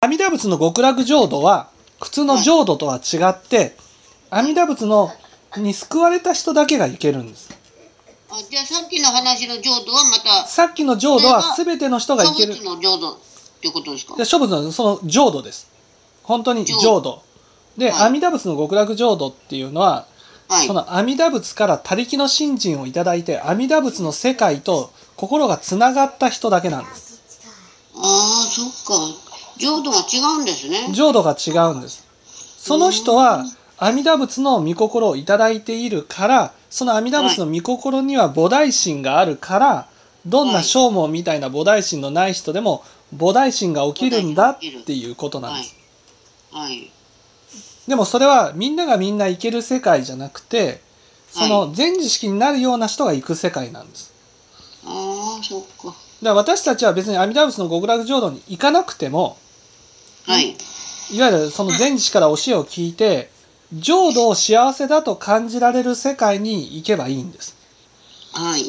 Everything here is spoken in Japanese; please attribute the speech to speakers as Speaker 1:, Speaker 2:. Speaker 1: 阿弥陀仏の極楽浄土は普通の浄土とは違って阿弥陀仏のに救われた人だけが行けるんです
Speaker 2: あじゃあさっきの話の浄土はまた
Speaker 1: さっきの浄土は全ての人が行ける
Speaker 2: 動物の浄土っていうことですか
Speaker 1: で諸仏のその浄土です本当に浄土で、
Speaker 2: はい
Speaker 1: 阿弥陀仏の極楽浄土っていうのは、
Speaker 2: はい
Speaker 1: その阿弥陀仏から他力の信心をいただいて阿弥陀仏の世界と心がつながった人だけなんです
Speaker 2: ああそっか浄土が違うんですね
Speaker 1: 浄土が違うんですその人は阿弥陀仏の御心をいただいているからその阿弥陀仏の御心には菩提心があるからどんな正門みたいな菩提心のない人でも菩提心が起きるんだっていうことなんです
Speaker 2: はいはい
Speaker 1: でもそれはみんながみんな行ける世界じゃなくてその全知識になるような人が行く世界なんです
Speaker 2: ああそっか
Speaker 1: だから私たちは別に阿弥陀仏の極楽浄土に行かなくても
Speaker 2: はい
Speaker 1: いわゆるその前史から教えを聞いて浄土を幸せだと感じられる世界に行けばいいんです
Speaker 2: はい